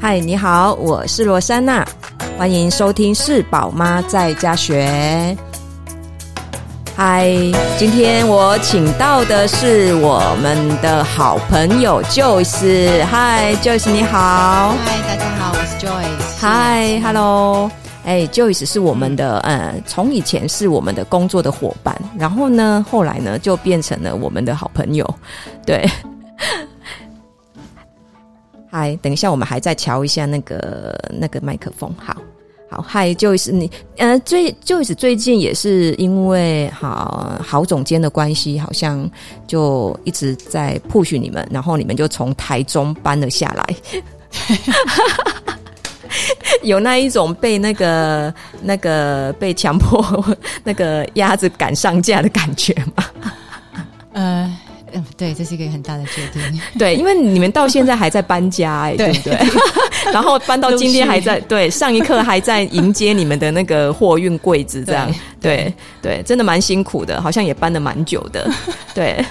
嗨，你好，我是罗珊娜，欢迎收听《是宝妈在家学》。嗨，今天我请到的是我们的好朋友 Joyce。嗨，Joyce 你好。嗨，大家好，我是 Joyce。嗨，Hello，哎，Joyce 是我们的，呃，从以前是我们的工作的伙伴，然后呢，后来呢就变成了我们的好朋友，对。 嗨，等一下，我们还在瞧一下那个那个麦克风，好。好，嗨，Joyce，你呃，最 Joyce 最近也是因为好郝总监的关系，好像就一直在 push 你们，然后你们就从台中搬了下来。有那一种被那个那个被强迫 那个鸭子赶上架的感觉 吗？呃，嗯对，这是一个很大的决 定。对，因为你们到现在还在搬家、哎，对对不对？ 然后搬到今天还在，对，上一刻还在迎接你们的那个货运柜子，这样， 对对，真的蛮辛苦的，好像也搬了蛮久的，对。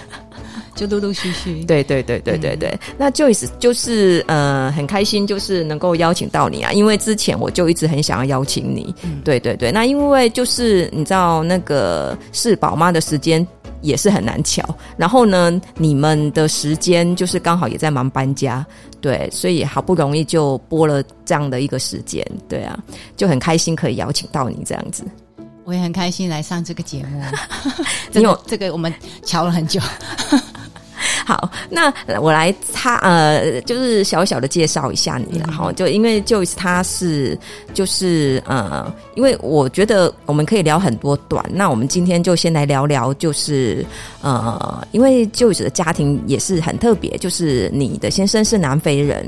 就陆陆续续。对对对对嗯对对，那 Joyce 就是呃很开心，就是能够邀请到你啊，因为之前我就一直很想要邀请你，嗯对对对，那因为就是你知道那个是宝妈的时间。也是很难巧，然后呢，你们的时间就是刚好也在忙搬家，对，所以好不容易就播了这样的一个时间，对啊，就很开心可以邀请到你这样子。我也很开心来上这个节 目。你真有的，这个我们瞧了很 久。好，那呃我来他呃，就是小小的介绍一下你嗯啦，然后、就因为 Joyce 他是就是呃，因为我觉得我们可以聊很多段，那我们今天就先来聊聊，就是呃，因为 Joyce 的家庭也是很特别，就是你的先生是南非人，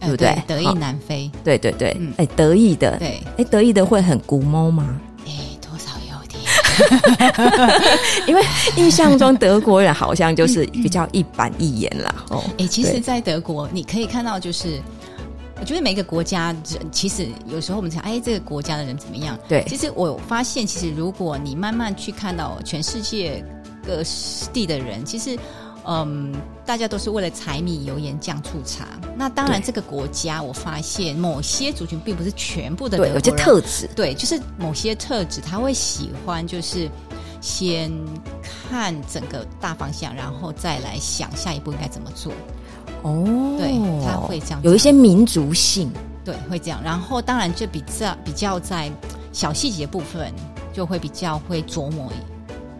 对呃不对得意好南非，对对对，哎、嗯得意的，对，哎，得意的会很古猫吗？哎，多少有 点。因为印象中德国人好像就是比较一板一眼啦，哦，哎，其对实，在德国你可以看到，就是我觉得每个国家人，其实有时候我们想，哎，这个国家的人怎么样？对其实我发现，其实如果你慢慢去看到全世界各地的人，其实。嗯，大家都是为了柴米油盐酱醋茶。那当然，对这个国家我发现某些族群并不是全部的对，德有国些人特质，对，就是某些特质，他会喜欢就是先看整个大方向，然后再来想下一步应该怎么做。哦，对，他会这样子，有一些民族性，对会这样。然后当然就比较比较在小细节部分就会比较会琢磨。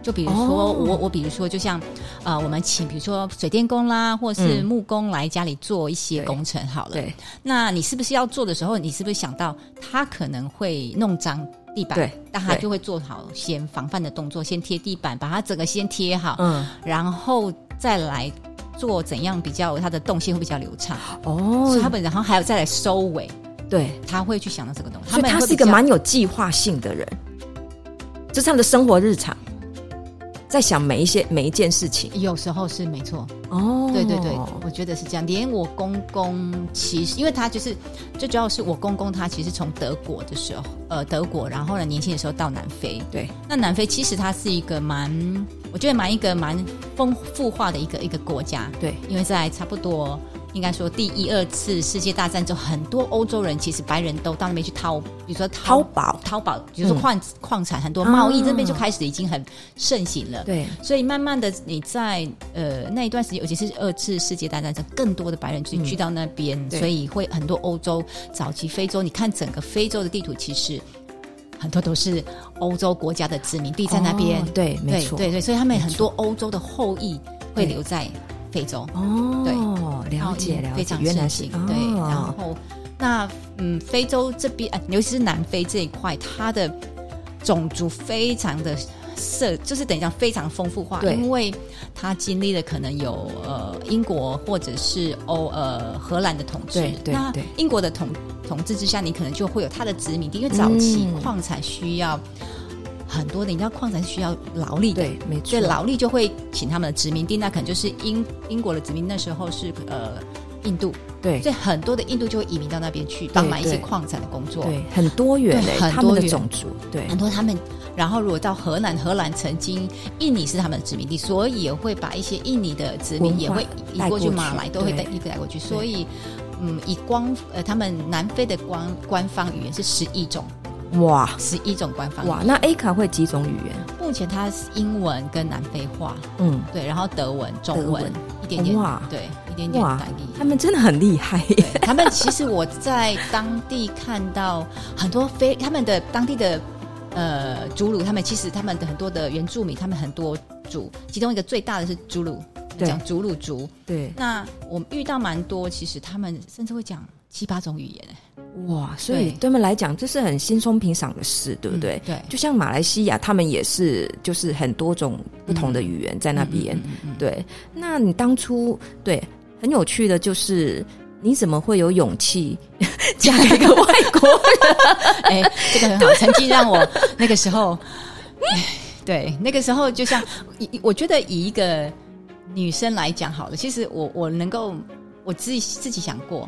就比如说、哦我我比如说就像呃我们请比如说水电工啦，或是嗯木工来家里做一些对工程好了。对那你是不是要做的时候，你是不是想到他可能会弄脏地板？对那他对就会做好先防范的动作，先贴地板，把它整个先贴好，嗯，然后再来做怎样比较它的动线会比较流畅。所哦以他，们然后还有再来收尾，对，他会去想到这个东西。所以们他会是一个比较蛮有计划性的人，这是他们的生活日常，在想每一些每一件事情。有时候是没错，哦，对对对，我觉得是这样。连我公公其实，因为他就是最主要是我公公他其实从德国的时候，呃，德国，然后呢年轻的时候到南非，对，那南非其实它是一个蛮，我觉得蛮一个蛮丰富化的一个一个国家，对，因为在差不多应该说第一二次世界大战之后，很多欧洲人其实白人都到那边去掏，比如说淘淘宝，淘宝，比如说嗯矿、矿产，很多贸易、啊这边就开始已经很盛行了。对，所以慢慢的，你在呃那一段时间，尤其是二次世界大战，这更多的白人去嗯去到那边，对所以会很多欧洲早期非洲，你看整个非洲的地图，其实很多都是欧洲国家的殖民地在那边。哦对，没对错，对对，所以他们很多欧洲的后裔会留在非洲。哦，然后了解也了非解，常原来是盛行对，然哦后那嗯，非洲这边，呃尤其是南非这一块，它的呃种族非常的色，就是等于讲非常丰富化，对因为它经历了可能有呃英国或者是欧呃荷兰的统治，对对那对英国的统统治之下，你可能就会有它的殖民地，因为早期嗯矿产需要。很多的，你知道矿产是需要劳力的，对，没所错以，劳力就会请他们的殖民地，那可能就是英英国的殖民，那时候是呃印度，对所以很多的印度就会移民到那边去，帮忙一对些矿产的工作。对，很多元对诶，很他们多的元种族，对很多他们，然后如果到荷兰，荷兰曾经印尼是他们的殖民地，所以也会把一些印尼的殖文民化也会移带过去，过去马来都会带对一个带过去，所以嗯，以光呃，他们南非的官官方语言是十一种，哇十一种官方语言。哇，那 A 卡会几种语言？目前它是英文跟南非话，嗯，对，然后德文、中德文文一点点，哇对，一点点哇南语。他们真的很厉害耶。对他们其实我在当地看到很多非他们的当地的呃祖鲁，他们其实他们的很多的原住民，他们很多族，其中一个最大的是祖鲁，对讲祖鲁族。对，那我们遇到蛮多，其实他们甚至会讲七八种语言，欸哇，所以对对他们来讲，这是很轻松平常的事，对对不对？对，就像马来西亚，他们也是就是很多种不同的语言在那边。嗯嗯嗯嗯对，那你当初对很有趣的就是。你怎么会有勇气嫁给一个外国 人？哎、这个很啊好，曾经让我那个时候，哎对，那个时候就像，以以我觉得以一个女生来讲好了，其实我我能够我自己自己想过，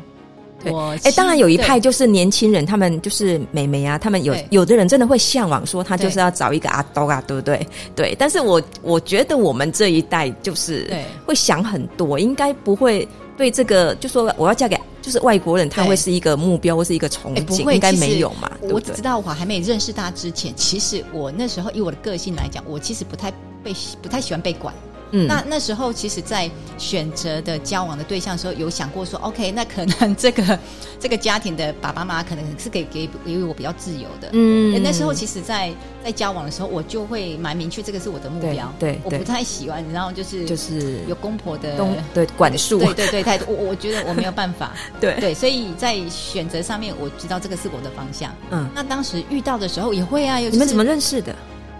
对我其哎、当然有一对派就是年轻人，他们就是美眉啊，他们有对有的人真的会向往说，他就是对要找一个阿兜啊，对不对？对，但是我我觉得我们这一代就是对会想很多，应该不会对这个就说我要嫁给就是外国人，他对会是一个目标或是一个憧哎不憬，会应该其实没有嘛，对不我只对知？道我还没认识他之前，其实我那时候以我的个性来讲，我其实不太被不太喜欢被管。嗯那那时候其实，在选择的交往的对象的时候，有想过说，OK，那可能这个这个家庭的爸爸妈妈可能是给给给予我比较自由的。嗯对那时候其实在，在交往的时候，我就会蛮明确，这个是我的目对标。对我对不太喜欢，然后就是就是 有公婆的东对管束，对对对 态度，我我觉得我没有办法。对对，所以在选择上面，我知道这个是我的方向。嗯，那当时遇到的时候也会啊，有你们怎么认识的？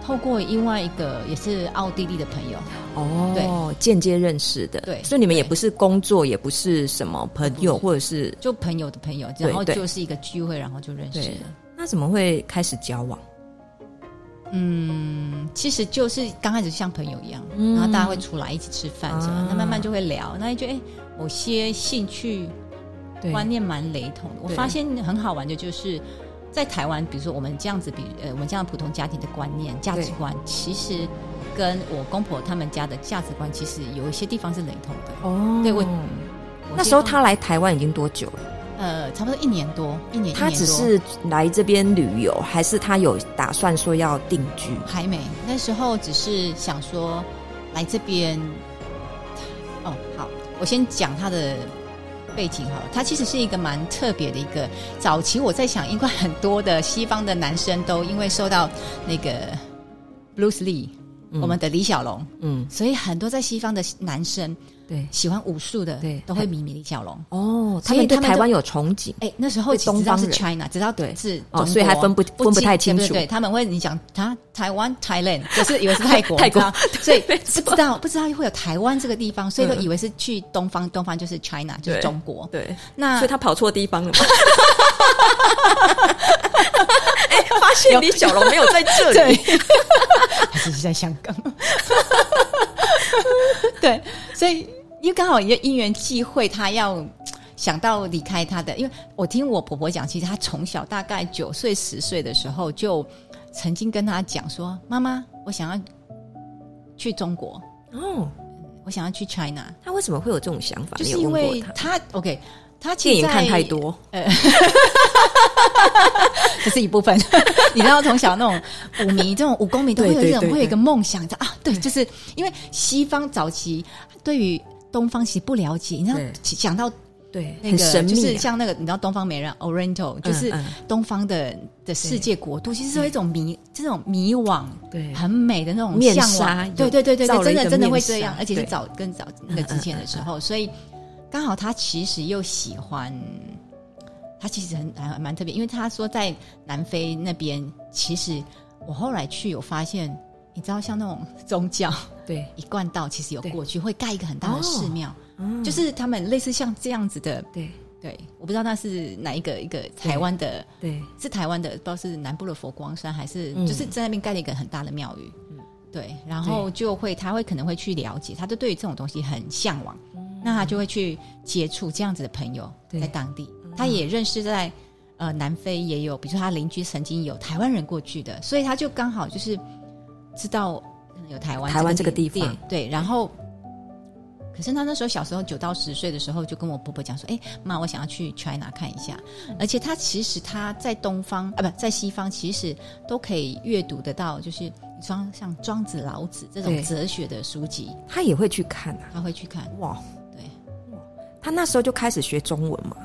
透过另外一个也是奥地利的朋友，哦，间接认识的，对所以你们也对嗯不是工作，也不是什么朋友，或者是就朋友的朋友，对然后对就是一个聚会，然后就认识对了。那怎么会开始交往？嗯，其实就是刚开始像朋友一样，嗯然后大家会出来一起吃饭什么啊，那、慢慢就会聊，那就觉得哎，某些兴趣对观念蛮雷同的。我对发现很好玩的就是，在台湾，比如说我们这样子比，呃，我们这样普通家庭的观念、价值观，其实跟我公婆他们家的价值观，其实有一些地方是雷同的。哦，对我我那时候先他来台湾已经多久了？呃，差不多一年多，一年，他一只年多是来这边旅游，还是他有打算说要定居？还没，那时候只是想说来这边。哦，好，我先讲他的背景好了。他其实是一个蛮特别的一个，早期我在想，应该很多的西方的男生都因为受到那个 Bruce Lee，、嗯我们的李小龙，嗯，所以很多在西方的男生对，喜欢武术的对，都会迷迷李小龙。哦，他所以们对他们台就湾有憧憬，哎、那时候对其实知道是东 China，知道对是哦中国所以还分不分不太清对楚对对他们会你讲啊，台湾 Thailand，就是以为是泰 国，泰国你知道所以没不知道不知道会有台湾这个地方，所以都嗯以为是去东方，东方就是 China，就是对中国。对，那所以他跑错地方了嘛。 哎，发现李小龙没有在这 对里，， 他其实在香港。 对，所以因为刚好也因缘际会，他要想到离开他的，因为我听我婆婆讲，其实她从小大概九岁十岁的时候，就曾经跟她讲说：“妈妈，我想要去中国，哦，我想要去 China。他为什么会有这种想”法？就你是有因问过为他她 OK，她其电实影看在太多，这是一部分。 你知道，从小那种舞迷、这种武功迷都会有一对对对种对会有一个梦想，在啊，对，就是因为西方早期对于东方其实不了解，你知道对讲到对，那很个神秘啊，就是像那个你知道东方美人 Oriental，就是嗯东方的的世界国度，其实是有一种迷这种迷惘。对很美的那种面向纱往有，对对对对罩了对，一真个的真的会面纱这样，而且是对嗯早更早那个之前的时候，所以刚好他其实又喜欢，他其实很还蛮特别，因为他说在南非那边，其实我后来去有发现，你知道像那种宗教对，一贯道，其实有对过去会盖一个很大的寺庙，嗯就是他们类似像这样子的，对对，我不知道那是哪一个一个台湾的。对，是台湾的，不知道是南部的佛光山，还是、嗯就是在那边盖了一个很大的庙宇。对，然后就会他会可能会去了解，他就对于这种东西很向往，那他就会去接触这样子的朋友，嗯对嗯在当地，他也认识在呃南非也有，比如说他邻居曾经有台湾人过去的，所以他就刚好就是知道嗯有台湾台湾这个地地方，对，然后可是他那时候小时候九到十岁的时候，就跟我婆婆讲说：“哎、妈，我想要去 China 看一下。”嗯而且他其实他在东方啊，不在西方，其实都可以阅读得到，就是庄像庄子、老子这种对哲学的书籍，他也会去看啊。他会去看。哇，嗯对，他那时候就开始学中文嘛。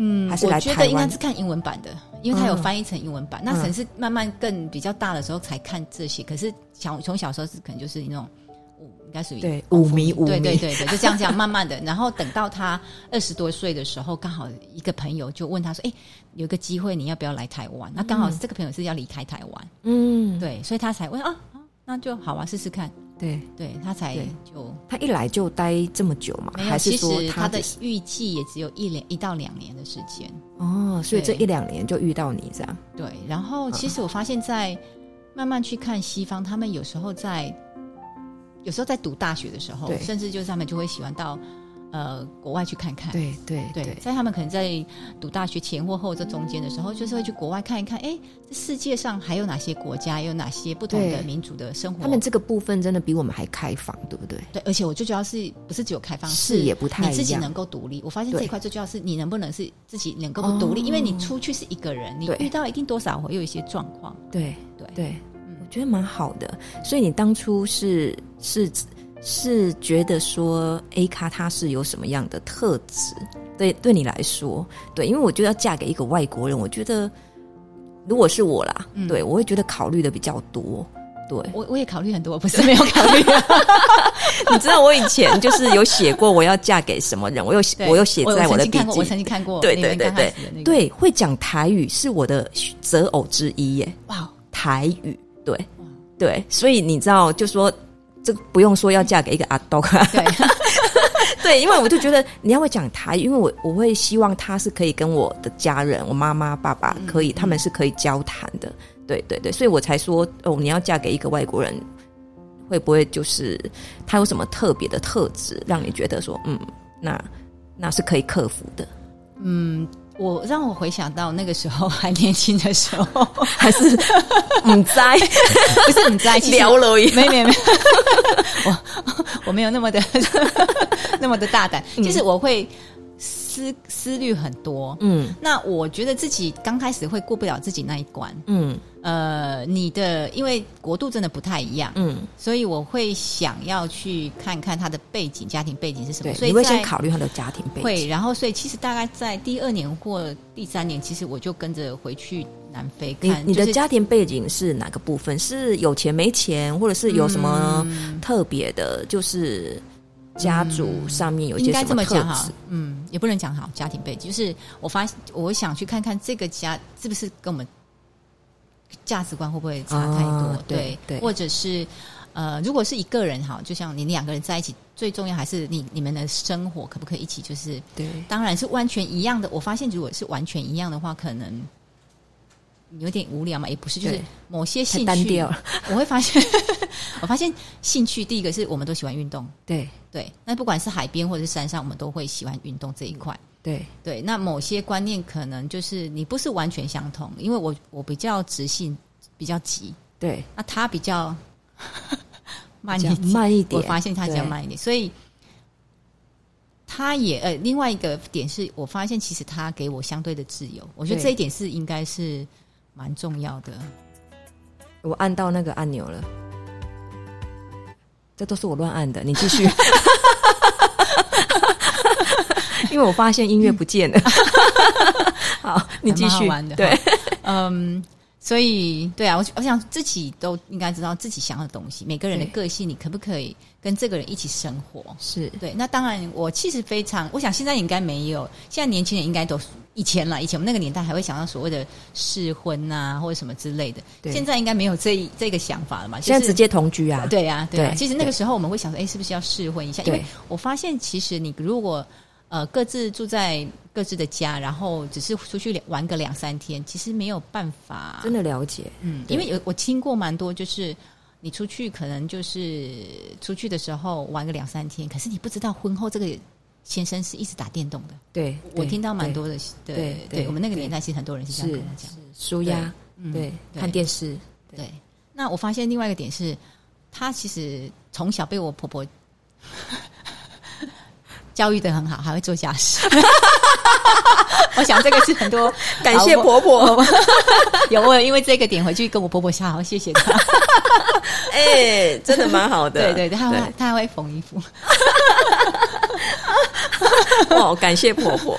嗯还是我来觉台得湾应该是看英文版的，因为他有嗯翻译成英文版。那可能是慢慢更比较大的时候才看这些，可是小从小时候是可能就是那种五，应该属于对五迷五迷对对对对，就这样这样慢慢的。然后等到他二十多岁的时候，刚好一个朋友就问他说：“哎、有个机会，你要不要来台湾？”那刚好这个朋友是要离开台湾，嗯，对，所以他才问啊。啊那就好啊，试试看。对，对他才对就他一来就待这么久嘛？没还有，是其说实他的只是预计也只有一两一到两年的时间。哦，所以这对一两年就遇到你这样。对，然嗯后其实我发现，在慢慢去看西方，他们有时候在，有时候在读大学的时候对，甚至就是他们就会喜欢到呃国外去看看。对对对，在他们可能在读大学前或后这中间的时候，就是会去国外看一看，哎，这世界上还有哪些国家，有哪些不同对的民族的生活。他们这个部分真的比我们还开放，对不对？对，而且我最主要是不是只有开放，视野不太一样你自己能够独立。我发现对这一块最重要是你能不能是自己能够独立，哦因为你出去是一个人，你对遇到一定多少会有一些状况。对对对，嗯我觉得蛮好的。所以你当初是是是觉得说 A 咖他是有什么样的特质？对，对你来说，对，因为我觉得要嫁给一个外国人，我觉得如果是我啦，嗯对我会觉得考虑的比较多。 对，我我也考虑很多，不是没有考 虑。你知道我以前就是有写过我要嫁给什么人，我有写对我有写在我的曾经笔看过，记我。曾经看过，对对对对，那个，对，会讲台语是我的择偶之一耶。哇，台语，对对，所以你知道，就说这个不用说要嫁给一个阿斗啊， 对 对，因为我就觉得你要会讲台语，因为我我会希望他是可以跟我的家人，我妈妈、爸嗯爸可以，他们是可以交谈的，对对对，所以我才说哦，你要嫁给一个外国人。会不会就是他有什么特别的特质，让你觉得说，嗯，那那是可以克服的，我让我回想到那个时候还年轻的时 候，还 是嗯在不是很在一起聊了一没没 没，我我没有那么的 那么的大胆，就是我会思思虑很多。嗯那我觉得自己刚开始会过不了自己那一关，嗯呃，你的因为国度真的不太一样，嗯，所以我会想要去看看他的背景、家庭背景是什对么。，所以你会在先考虑他的家庭背景，会，然后所以其实大概在第二年或第三年，其实我就跟着回去南非你看，你的就是家庭背景是哪个部分？是有钱没钱，或者是有什么嗯特别的？就是家族上面有一应些该什这么特讲哈质？，嗯，也不能讲好家庭背景，就是我发我想去看看这个家是不是跟我们价值观会不会差太多，啊对对或者是呃，如果是一个人哈，就像你两个人在一起，最重要还是你你们的生活可不可以一起，就是对，当然是完全一样的。我发现如果是完全一样的话，可能。有点无聊嘛，也不是，就是对某些太兴单趣调，了。 我会发现，我发现兴趣第一个是我们都喜欢运动，对对，那不管是海边或者是山上，我们都会喜欢运动这一块。对对，那某些观念可能就是你不是完全相同，因为我我比较直性，比较急，对，那他比 较慢比一较点。慢一点。我发现他比较对，慢一点，所以他也呃，另外一个点是我发现其实他给我相对的自由，我觉得对这一点是应该是蛮重要 的。我按到那个按钮了。这都是我乱按的，你继 续。因为我发现音乐不见 了。好，你继还蛮续好玩。的对，嗯，所以对啊，我我想自己都应该知道自己想要的东西，每个人的对个性，你可不可以跟这个人一起生活？是对，那当然，我其实非常，我想现在应该没有，现在年轻人应该都以前啦，以前我们那个年代还会想到所谓的试婚啊，或者什么之类的，对现在应该没有这一这个想法了嘛？就是现在直接同居啊。对呀、对呀、对其实那个时候我们会想说，哎，是不是要试婚一下？因对为我发现，其实你如果呃各自住在各自的家，然后只是出去玩个两三天，其实没有办法。真的了解。嗯，对因为有我听过蛮多，就是你出去可能就是出去的时候玩个两三天，可是你不知道婚后这个先生是一直打电动的。对，我对听到蛮对多的，对对对我们那个对年代其实很多人是这是样跟我讲。舒压，嗯对，对看电视，对，那我发现另外一个点是，他其实从小被我婆婆 教育的很好，还会做家事。 我想这个是很多感谢婆婆。有我有因为这个点回去跟我婆婆笑，好谢谢她。 哎、真的蛮好的。对对，对她会她还会缝衣服。对，哇，哦感谢婆婆，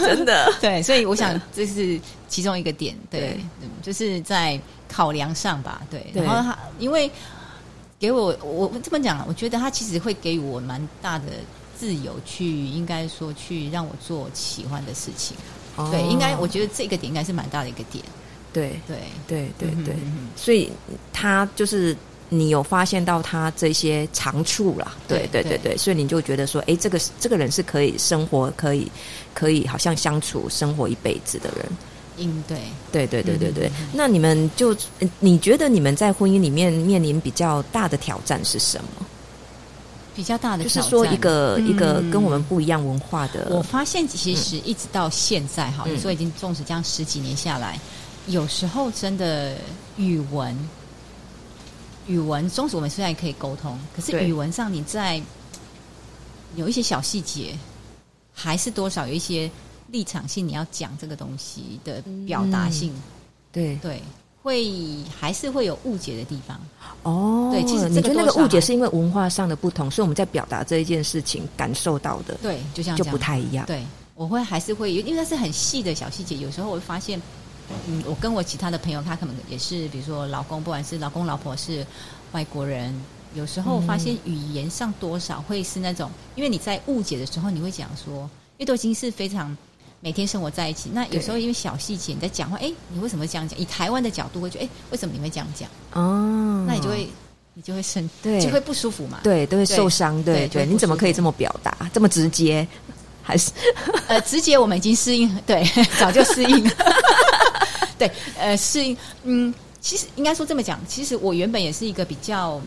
真 的。对，所以我想这是其中一个点，对，对嗯就是在考量上吧，对。对然后他因为给我，我我这么讲，我觉得他其实会给我蛮大的自由去，应该说去让我做喜欢的事情。对，应该我觉得这个点应该是蛮大的一个点，哦对对对对对，嗯哼嗯所以他就是你有发现到他这些长处啦，对对对对对，所以你就觉得说，哎，这个这个人是可以生活，可以可以好像相处生活一辈子的人，哼应对。对对对对对。嗯那你们就呃你觉得你们在婚姻里面面临比较大的挑战是什么？比较大的就是挑说战一个、一个嗯跟我们不一样文化我的，发现其实一直到现在哈，嗯你说已经纵使这样十几年下来，有时候真的语文，语文，纵使我们虽然可以沟通，可是对语文上你在有一些小细节，还是多少有一些立场性，你要讲这个东西的表达性，嗯对对，会还是会有误解的地方。哦，对其实这个你觉得那个多少误解是因为文化上的不同，所以我们在表达这一件事情感受到的对，就像就这不样太一样。对，我会还是会，因为它是很细的小细节，有时候我会发现，嗯，我跟我其他的朋友，他可能也是，比如说老公，不管是老公老婆是外国人，有时候我发现语言上多少会是那种，因为你在误解的时候，你会讲说，因为都已经是非常。每天生活在一起，那有时候因为小细节，你在讲话，哎、你为什么会这样讲？以台湾的角度会觉得，哎、为什么你会这样讲？哦，那你就会，你就会生，对就会不舒服嘛。对都会对受伤，对对对对，不你怎么舒可以服这么表达，这么直接？还 是呃，直接我们已经适应，对， 早就适应了。 对，呃，适应，嗯，其实应该说这么讲，其实我原本也是一个比较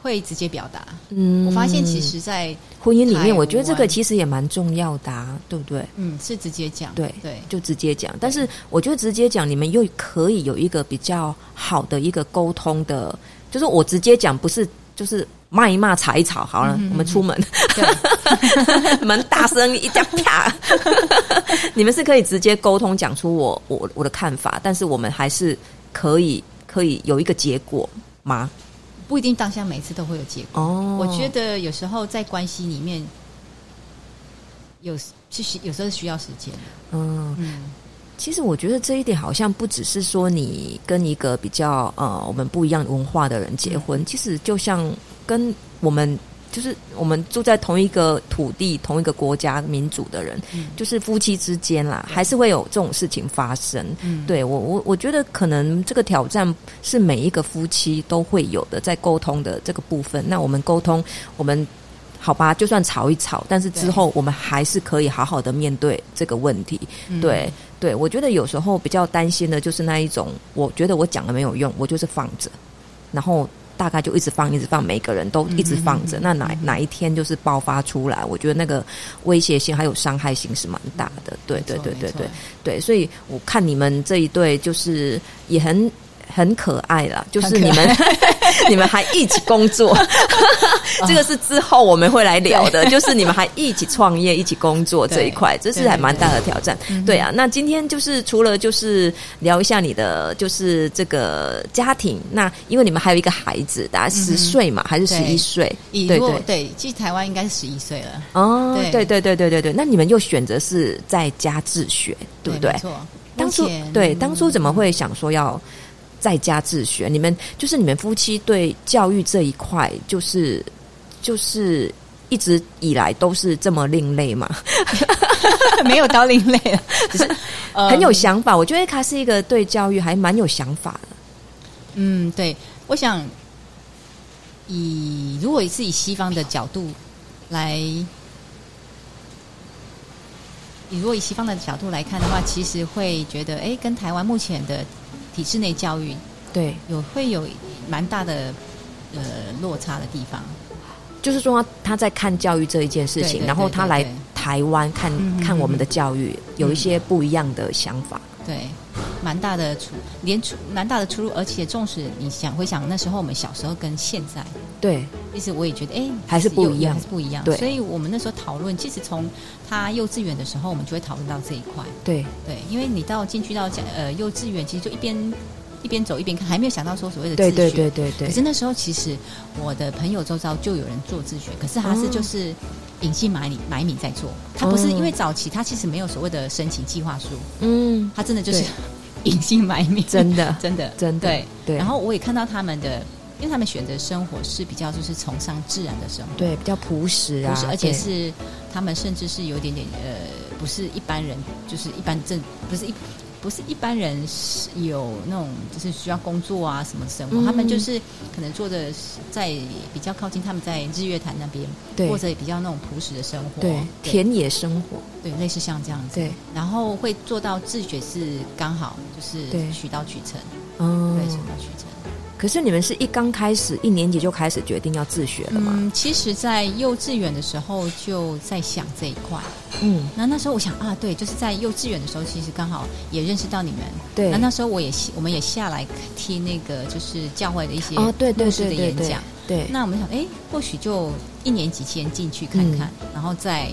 会直接表达。嗯我发现其实在，婚姻里台面，我觉得这个湾其实也蛮重要的、啊，对不对？嗯是直接讲，对对就直接讲，但是我觉得直接讲，你们又可以有一个比较好的一个沟通的，就是我直接讲，不是就是骂一骂、吵一吵，好嗯了，我们出门， 对，门大声一下啪， 你们是可以直接沟通，讲出我我我的看法，但是我们还是可以可以有一个结果吗？不一定当下每次都会有结果。哦，我觉得有时候在关系里面，有其实有时候是需要时间的。嗯，嗯，其实我觉得这一点好像不只是说你跟一个比较呃我们不一样文化的人结嗯婚，其实就像跟我们就是我们住在同一个土地、同一个国家、民族的人，嗯就是夫妻之间啦，还是会有这种事情发生。嗯对我我我觉得可能这个挑战是每一个夫妻都会有的，在沟通的这个部分。那我们沟通，我们好吧，就算吵一吵，但是之对后我们还是可以好好的面对这个问题。嗯对对，我觉得有时候比较担心的就是那一种，我觉得我讲了没有用，我就是放着，然后大概就一直放，一直放，每个人都一直放着，那哪哪一天就是爆发出来，我觉得那个威胁性还有伤害性是蛮大的。对对对对对，对，所以我看你们这一对就是也很。很可爱啦，就是很可你爱们， 你们还一起工 作，这个是之后我们会来聊的，就是你们还一起创业、一起工作这一块，这对是还蛮大的挑战。对啊，那今天就是除了就是聊一下你的就是这个家庭，那因为你们还有一个孩子，大概十岁嘛，还是十一嗯对岁？以对如果对对，其实台湾应该是十一岁了，哦，对对对对对对对，那你们又选择是在家自学，对不对没？错，嗯当初目前对当初怎么会想说要在家自学？你们就是你们夫妻对教育这一块，就是就是一直以来都是这么另类嘛， 没有到另类 了，只 是、呃很有想法。我觉得他是一个对教育还蛮有想法的。嗯，对，我想以如果是以西方的角度来，以如果以西方的角度来看的话，其实会觉得，哎，跟台湾目前的体制内教育对，有会有蛮大的呃落差的地方。就是说他在看教育这一件事对情，对然后他对来对台湾看嗯嗯看我们嗯的教育，有一些不一样的想法。对，蛮大的出，连出蛮大的出入，而且纵使你想回想那时候我们小时候跟现在，对其实我也觉得，哎、还是不一样还是不一样。对所以我们那时候讨论，其实从他幼稚园的时候，我们就会讨论到这一块。对对，因为你到进去到讲呃幼稚园，其实就一边一边走一边看，还没有想到说所谓的自对学。对对对可对是那时候其实我的朋友周遭就有人做自学，可是他是嗯就是引进买米买米在做，他不是嗯因为早期他其实没有所谓的申请计划书，嗯，他真的就是对 引进买米，真的 真的真的对。对，然后我也看到他们的，因为他们选择生活是比较就是崇尚自然的生活，对比较朴实啊不是，，而且对是他们甚至是有一点点呃，不是一般人，就是一般正不是一不是一般人是有那种就是需要工作啊什么生活，嗯他们就是可能做的是在比较靠近他们在日月潭那边，对或者比较那种朴实的生活，对对田野生活，对类似像这样子，对，然后会做到自觉是刚好就是对取到取成，嗯对，取到取成。可是你们是一刚开始一年级就开始决定要自学了吗？嗯，其实，在幼稚园的时候就在想这一块。嗯，那那时候我想啊，对，就是在幼稚园的时候，其实刚好也认识到你们。对那那时候我也我们也下来听那个就是教会的一些哦，对对牧师对的对演对讲。对，那我们想，哎，或许就一年级先进去看嗯看，然后再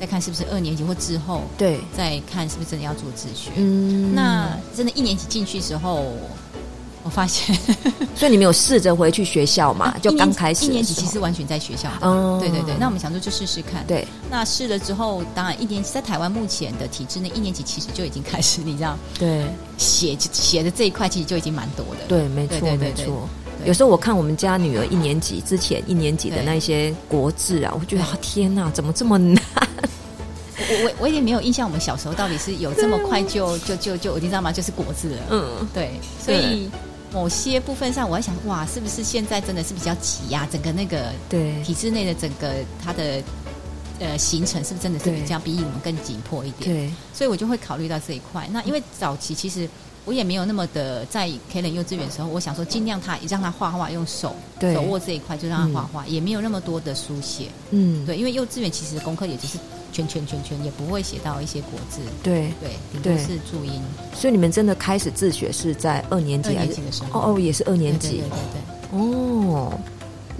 再看是不是二年级或之后对，再看是不是真的要做自学。嗯，那真的，一年级进去之后，我发现所以你们有试着回去学校嘛？啊就一年刚级开始一的年级时其候实完全在学校的。嗯，对对对，那我们想说就试试看。对那试了之后，当然一年级在台湾目前的体制内，一年级其实就已经开始，你知道对写写的这一块其实就已经蛮多的。对，没对错对对没对错。对有时候我看我们家女儿一年级之前一年级的对那些国字啊，我觉得对啊天哪，怎么这么难？我我我也没有印象，我们小时候到底是有这么快就就就就你知道吗？就是国字了。嗯，对，所以某些部分上，我在想，哇，是不是现在真的是比较挤呀、整个那个对体制内的整个它的呃行程，是不是真的是比较比我们更紧迫一点？对所以我就会考虑到这一块。嗯那因为早期其实我也没有那么的在 K 人幼稚园的时候，我想说尽量他让他画画，用手对手握这一块就让他画画，也没有那么多的书写。嗯对，因为幼稚园其实功课也只是圈圈圈圈，也不会写到一些国字，对，对，顶对多是注音。所以你们真的开始自学是在二年二级还年是级？的时候，哦哦，也是二对，年对级对对对。哦。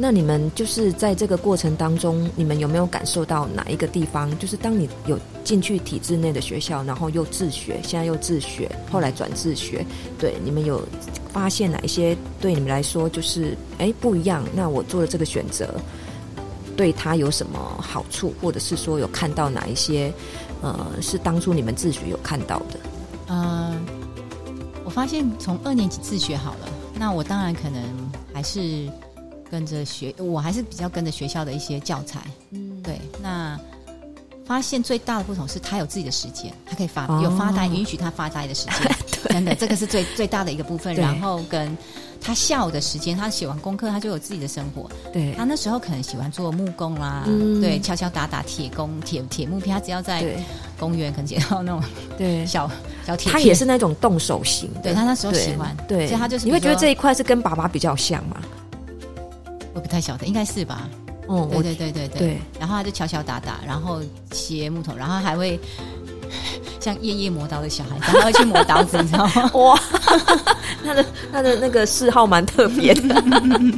那你们就是在这个过程当中，你们有没有感受到哪一个地方？就是当你有进去体制内的学校，然后又自学，现在又自学，后来转自学，对你们有发现哪一些对你们来说就是哎不一样？那我做的这个选择，对他有什么好处，或者是说有看到哪一些呃是当初你们自学有看到的？嗯，我发现从二年级自学好了，那我当然可能还是跟着学，我还是比较跟着学校的一些教材。嗯，对，那发现最大的不同是他有自己的时间，他可以发、哦有发呆，允许他发呆的时 间，真的，这个是最最大的一个部分。对然后跟他下午的时间，他写完功课，他就有自己的生活。对他那时候可能喜欢做木工啦，嗯对，敲敲打打铁工、铁铁木片，他只要在对公园可能捡到那种对， 小小铁片，他也是那种动手型的，对他那时候对喜欢，对，所以他就是你会觉得比这如一块是跟爸爸比较像嘛？说我不太晓得，应该是吧？哦，对我对对对对。对然后他就敲敲打打，然后切木头，然后还会 像夜夜磨刀的小孩，他会去磨刀子，你知道吗？ 哇，他的他的那个嗜好蛮特别的，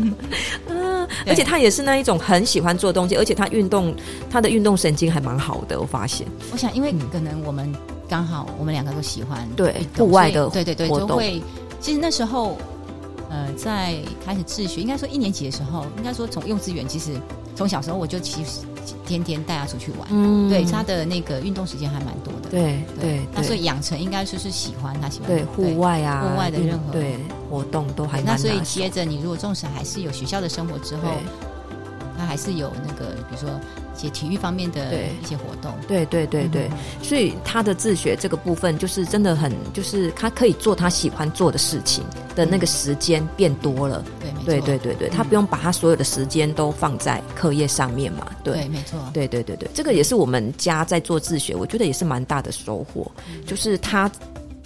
嗯，而且他也是那一种很喜欢做东西，而且他运动他的运动神经还蛮好的，我发现。我想，因为可能我们刚好我们两个都喜欢嗯对运动户外的所以对对对，活就动会。其实那时候，呃，在开始自学，应该说一年级的时候，应该说从幼稚园，其实从小时候我就其实天天带他出去玩，嗯对他的那个运动时间还蛮多的。对对那所对以养成应该说是喜欢他喜欢对户外啊，户外的运任何对活动都还蛮那所以哦拿手接着，你如果纵使还是有学校的生活之后，他还是有那个，比如说一些体育方面的对一些活动。对对对对嗯，所以他的自学这个部分，就是真的很，就是他可以做他喜欢做的事情的那个时间变多了。对，没错，对对对对，他不用把他所有的时间都放在课业上面嘛。对对，没错，对对对对，这个也是我们家在做自学，我觉得也是蛮大的收获，就是他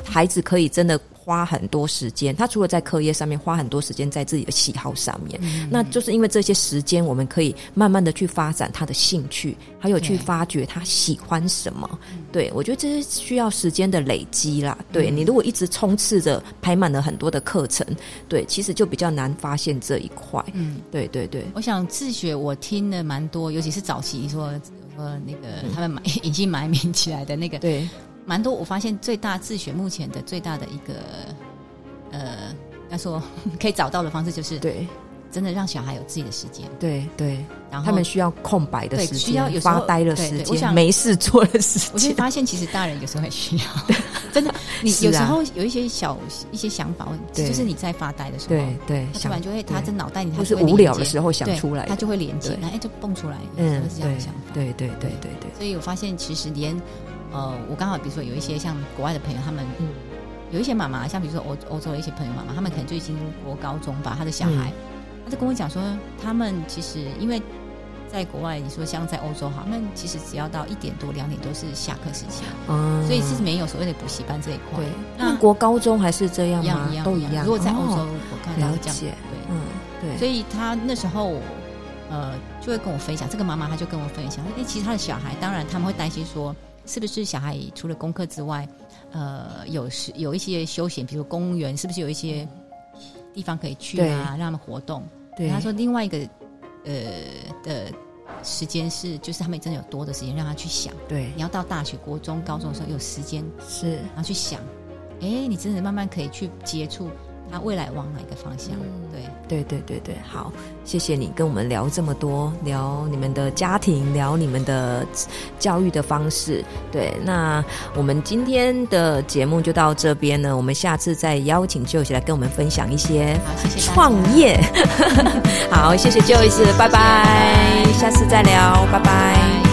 孩子可以真的花很多时间，他除了在课业上面花很多时间，在自己的喜好上面，那就是因为这些时间，我们可以慢慢的去发展他的兴趣，还有去对发掘他喜欢什么。对我觉得这是需要时间的累积啦。对你如果一直充斥着排满了很多的课程，对，其实就比较难发现这一块。嗯，对对对。我想自学我听了蛮多，尤其是早期你说说那个、嗯他们买 隐姓埋名起来的那个，对，蛮多。我发现最大自学目前的最大的一个呃，要说 可以找到的方式，就是对，真的让小孩有自己的时间，对，对，然后他们需要空白的对时需要有间，时候发呆的对时对我间，想没事做的时我就 间。发现，其实大人有时候很需要， 真的，你是啊有时候有一些小一些想法，对就是你在发呆的时候，对对，他突然就会，他对在脑袋里他或是会连无聊接的时候想对出来他的，就会连接对，然后哎，就蹦出来，嗯嗯，，是这样对的想法。，对对对对对，所以我发现其实连呃，我刚好比如说有一些像国外的朋友，他们嗯有一些妈妈，像比如说欧欧洲的一些朋友妈妈，他们可能就已经国高中吧，他的小孩，嗯他就跟我讲说，他们其实因为。在国外，你说像在欧洲哈，他们其实只要到一点多、两点多是下课时间，嗯，所以是没有所谓的补习班这一块对。。那那国高中还是这样一吗样一？样都一样。如果在欧洲，哦，我看到了这样，解，对，嗯，对，所以以他那时候呃就会跟我分享，这个妈妈她就跟我分享，哎，其实她的小孩，当然他们会担心说，是不是小孩除了功课之外，呃，有时有一些休闲，比如公园，是不是有一些地方可以去对啊，让他们活动？对，他说另外一个呃的时间是，就是他们真的有多的时间让他去想，对你要到大学、国中、高中的时候有时间是，然后去想，哎，你真的慢慢可以去接触他未来往哪一个方向。嗯对，对对对对，好，谢谢你跟我们聊这么多，聊你们的家庭，聊你们的教育的方式。对，那我们今天的节目就到这边呢，我们下次再邀请 Joyce 来跟我们分享一些好，谢谢大家。创 业。好，谢谢 Joyce，拜拜，下次再聊，拜拜拜